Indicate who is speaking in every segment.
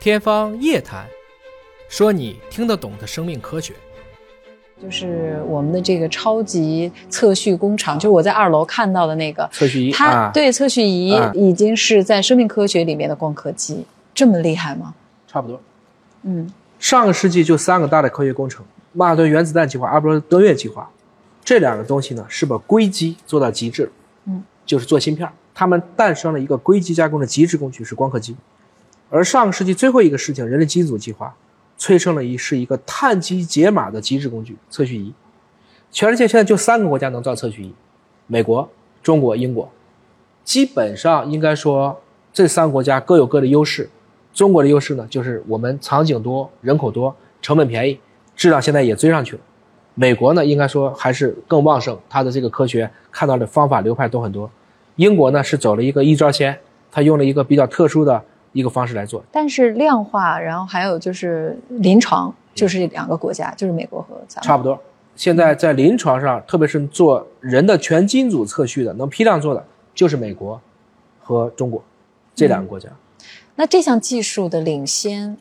Speaker 1: 天方夜谭，说你听得懂的生命科学。
Speaker 2: 就是我们的这个超级测序工厂，就是我在二楼看到的那个
Speaker 1: 测序仪
Speaker 2: 它、
Speaker 1: 啊
Speaker 2: 对测序仪
Speaker 1: 啊
Speaker 2: 已经是在生命科学里面的光刻机，这么厉害吗？
Speaker 1: 差不多。
Speaker 2: 嗯，
Speaker 1: 上个世纪就三个大的科学工程：曼哈顿原子弹计划、阿波罗登月计划。这两个东西呢，是把硅基做到极致了。
Speaker 2: 嗯，
Speaker 1: 就是做芯片儿，他们诞生了一个硅基加工的极致工具是光刻机。而上个世纪最后一个事情，人类基因组计划，催生了一是一个碳基解码的极致工具——测序仪。全世界现在就三个国家能造测序仪：美国、中国、英国。基本上应该说，这三个国家各有各的优势。中国的优势呢，就是我们场景多、人口多、成本便宜，质量现在也追上去了。美国呢，应该说还是更旺盛，它的这个科学看到的方法流派都很多。英国呢是走了一个一招鲜，它用了一个比较特殊的一个方式来做。
Speaker 2: 但是量化，然后还有就是临床，就是两个国家，就是美国和咱
Speaker 1: 嗯
Speaker 2: 们。
Speaker 1: 差不多。现在在临床上，特别是做人的全基因组测序的，能批量做的，就是美国和中国这两个国家。
Speaker 2: 那这项技术的领先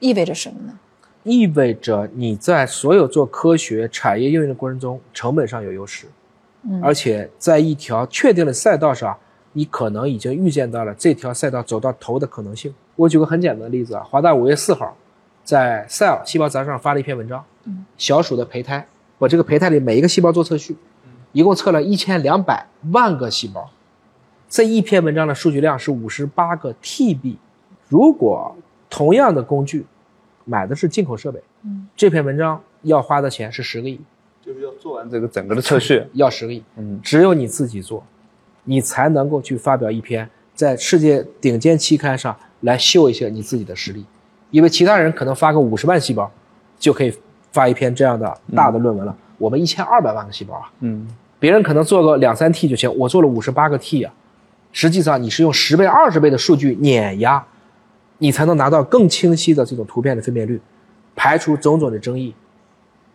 Speaker 2: 意味着什么呢？
Speaker 1: 意味着你在所有做科学产业应用的过程中，成本上有优势，
Speaker 2: 嗯
Speaker 1: 而且在一条确定的赛道上，你可能已经预见到了这条赛道走到头的可能性。我举个很简单的例子啊，华大五月四号在《Cell》细胞杂志上发了一篇文章，
Speaker 2: 嗯
Speaker 1: 小鼠的胚胎，把这个胚胎里每一个细胞做测序，一共测了一千两百万个细胞，这一篇文章的数据量是五十八个 TB。如果同样的工具，买的是进口设备，
Speaker 2: 嗯，
Speaker 1: 这篇文章要花的钱是十个亿，
Speaker 3: 就是要做完这个整个的测序，
Speaker 1: 要十个亿，
Speaker 3: 嗯，
Speaker 1: 只有你自己做，你才能够去发表一篇在世界顶尖期刊上来秀一下你自己的实力，因为其他人可能发个五十万细胞，就可以发一篇这样的大的论文了。我们一千二百万个细胞啊，
Speaker 3: 嗯，
Speaker 1: 别人可能做个两三 T 就行，我做了五十八个 T 啊，实际上你是用十倍、二十倍的数据碾压，你才能拿到更清晰的这种图片的分辨率，排除种种的争议。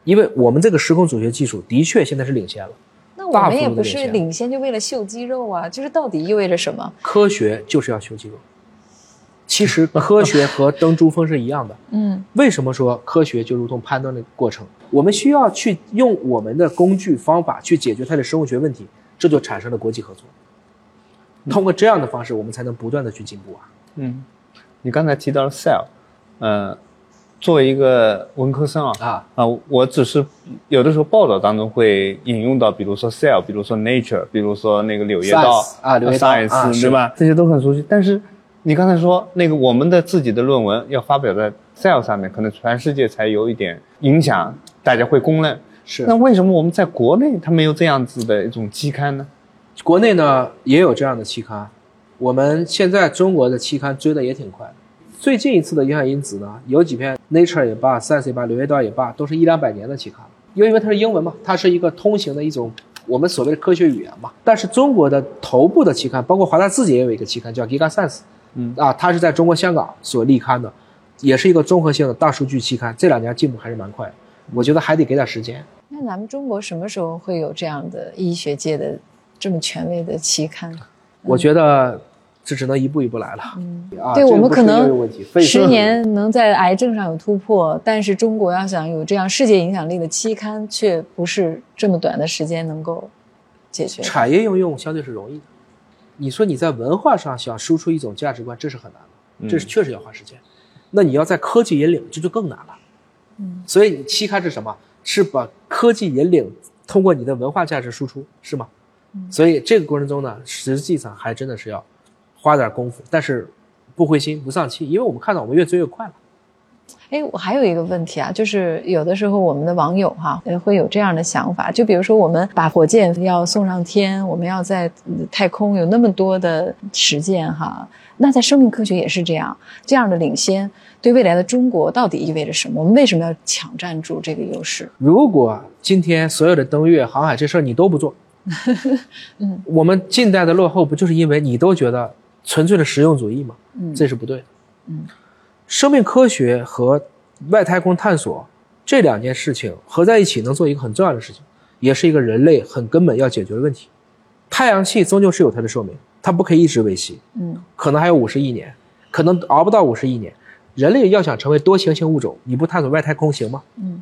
Speaker 1: 因为我们这个时空组学技术的确现在是领先了，
Speaker 2: 那我们也不
Speaker 1: 大幅度地领
Speaker 2: 是
Speaker 1: 先
Speaker 2: 领先，就为了秀肌肉啊，就是到底意味着什么？
Speaker 1: 科学就是要修肌肉。其实科学和登珠峰是一样的，
Speaker 2: 嗯
Speaker 1: 为什么说科学就如同攀登的过程？我们需要去用我们的工具方法去解决它的生物学问题，这就产生了国际合作。通过这样的方式，我们才能不断的去进步啊。
Speaker 3: 嗯，你刚才提到了 cell，呃，作为一个文科生啊，
Speaker 1: 啊，
Speaker 3: 啊、我只是有的时候报道当中会引用到，比如说 cell，比如说 nature，比如说那个《柳叶刀
Speaker 1: Science，》啊柳叶刀啊
Speaker 3: science
Speaker 1: 是
Speaker 3: 对吧？这些都很熟悉。但是你刚才说那个我们的自己的论文要发表在 cell 上面，可能全世界才有一点影响，大家会公认。
Speaker 1: 是
Speaker 3: 那为什么我们在国内它没有这样子的一种期刊呢？
Speaker 1: 国内呢也有这样的期刊，我们现在中国的期刊追的也挺快的。最近一次的影响因子呢，有几篇 Nature 也罢，Science 也罢，柳叶刀也罢，都是一两百年的期刊了。因为因为它是英文嘛，它是一个通行的一种我们所谓的科学语言嘛。但是中国的头部的期刊，包括华大自己也有一个期刊叫 Giga Science，
Speaker 3: 嗯
Speaker 1: 啊，它是在中国香港所立刊的，也是一个综合性的大数据期刊。这两年进步还是蛮快的，我觉得还得给点时间。
Speaker 2: 那咱们中国什么时候会有这样的医学界的这么权威的期刊？
Speaker 1: 我觉得这只能一步一步来了。
Speaker 2: 嗯，
Speaker 1: 啊，
Speaker 2: 对
Speaker 1: 这个
Speaker 2: 我们
Speaker 1: 不是
Speaker 2: 可能
Speaker 1: 一个问题费
Speaker 2: 十
Speaker 1: 事
Speaker 2: 年能在癌症上有突破，但是中国要想有这样世界影响力的期刊，却不是这么短的时间能够解决。
Speaker 1: 产业应用相对是容易的。你说你在文化上想输出一种价值观，这是很难的，这是确实要花时间。那你要在科技引领，这就更难了。
Speaker 2: 嗯，
Speaker 1: 所以你期刊是什么？是把科技引领通过你的文化价值输出，是吗？
Speaker 2: 嗯
Speaker 1: 所以这个过程中呢，实际上还真的是要花点功夫，但是不灰心不丧气，因为我们看到我们越追越快了。
Speaker 2: 哎，我还有一个问题啊，就是有的时候我们的网友哈、呃，会有这样的想法，就比如说我们把火箭要送上天，我们要在嗯太空有那么多的实践哈，那在生命科学也是这样，这样的领先对未来的中国到底意味着什么？我们为什么要抢占住这个优势？
Speaker 1: 如果今天所有的登月、航海这事儿你都不做，
Speaker 2: 嗯，
Speaker 1: 我们近代的落后不就是因为你都觉得纯粹的实用主义吗？
Speaker 2: 嗯，
Speaker 1: 这是不对的。
Speaker 2: 嗯，
Speaker 1: 生命科学和外太空探索这两件事情合在一起，能做一个很重要的事情，也是一个人类很根本要解决的问题。太阳系终究是有它的寿命，它不可以一直维系，
Speaker 2: 嗯
Speaker 1: 可能还有五十亿年，可能熬不到五十亿年。人类要想成为多行星物种，你不探索外太空行吗？
Speaker 2: 嗯，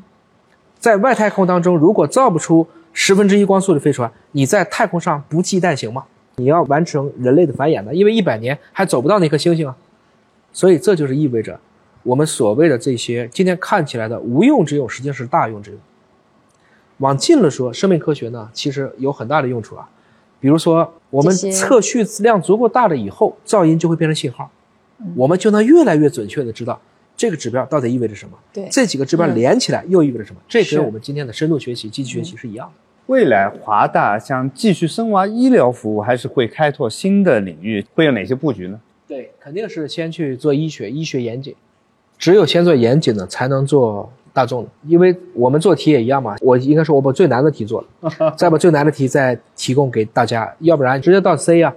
Speaker 1: 在外太空当中，如果造不出十分之一光速的飞船，你在太空上不忌惮行吗？你要完成人类的繁衍的，因为一百年还走不到那颗星星啊。所以这就是意味着，我们所谓的这些今天看起来的无用之用，实际上是大用之用。往近了说，生命科学呢，其实有很大的用处啊。比如说，我们
Speaker 2: 这些
Speaker 1: 测序量足够大了以后，噪音就会变成信号，
Speaker 2: 嗯
Speaker 1: 我们就能越来越准确的知道这个指标到底意味着什么。
Speaker 2: 对，
Speaker 1: 这几个指标
Speaker 2: 嗯
Speaker 1: 连起来又意味着什么？这
Speaker 2: 是嗯
Speaker 1: 跟我们今天的深度学习、机器学习是一样的。
Speaker 3: 未来华大将继续深挖医疗服务，还是会开拓新的领域？会有哪些布局呢？
Speaker 1: 对，肯定是先去做医学，医学严谨，只有先做严谨的，才能做大众的。因为我们做题也一样嘛，我应该说我把最难的题做了，再把最难的题再提供给大家，要不然直接到 C 啊、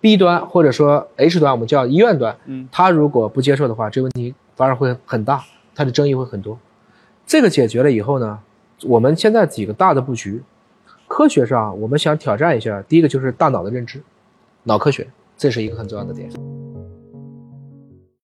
Speaker 1: B 端或者说 H 端，我们叫医院端，
Speaker 3: 嗯，
Speaker 1: 他如果不接受的话，这个问题反而会很大，它的争议会很多。这个解决了以后呢，我们现在几个大的布局，科学上我们想挑战一下，第一个就是大脑的认知，脑科学，这是一个很重要的点。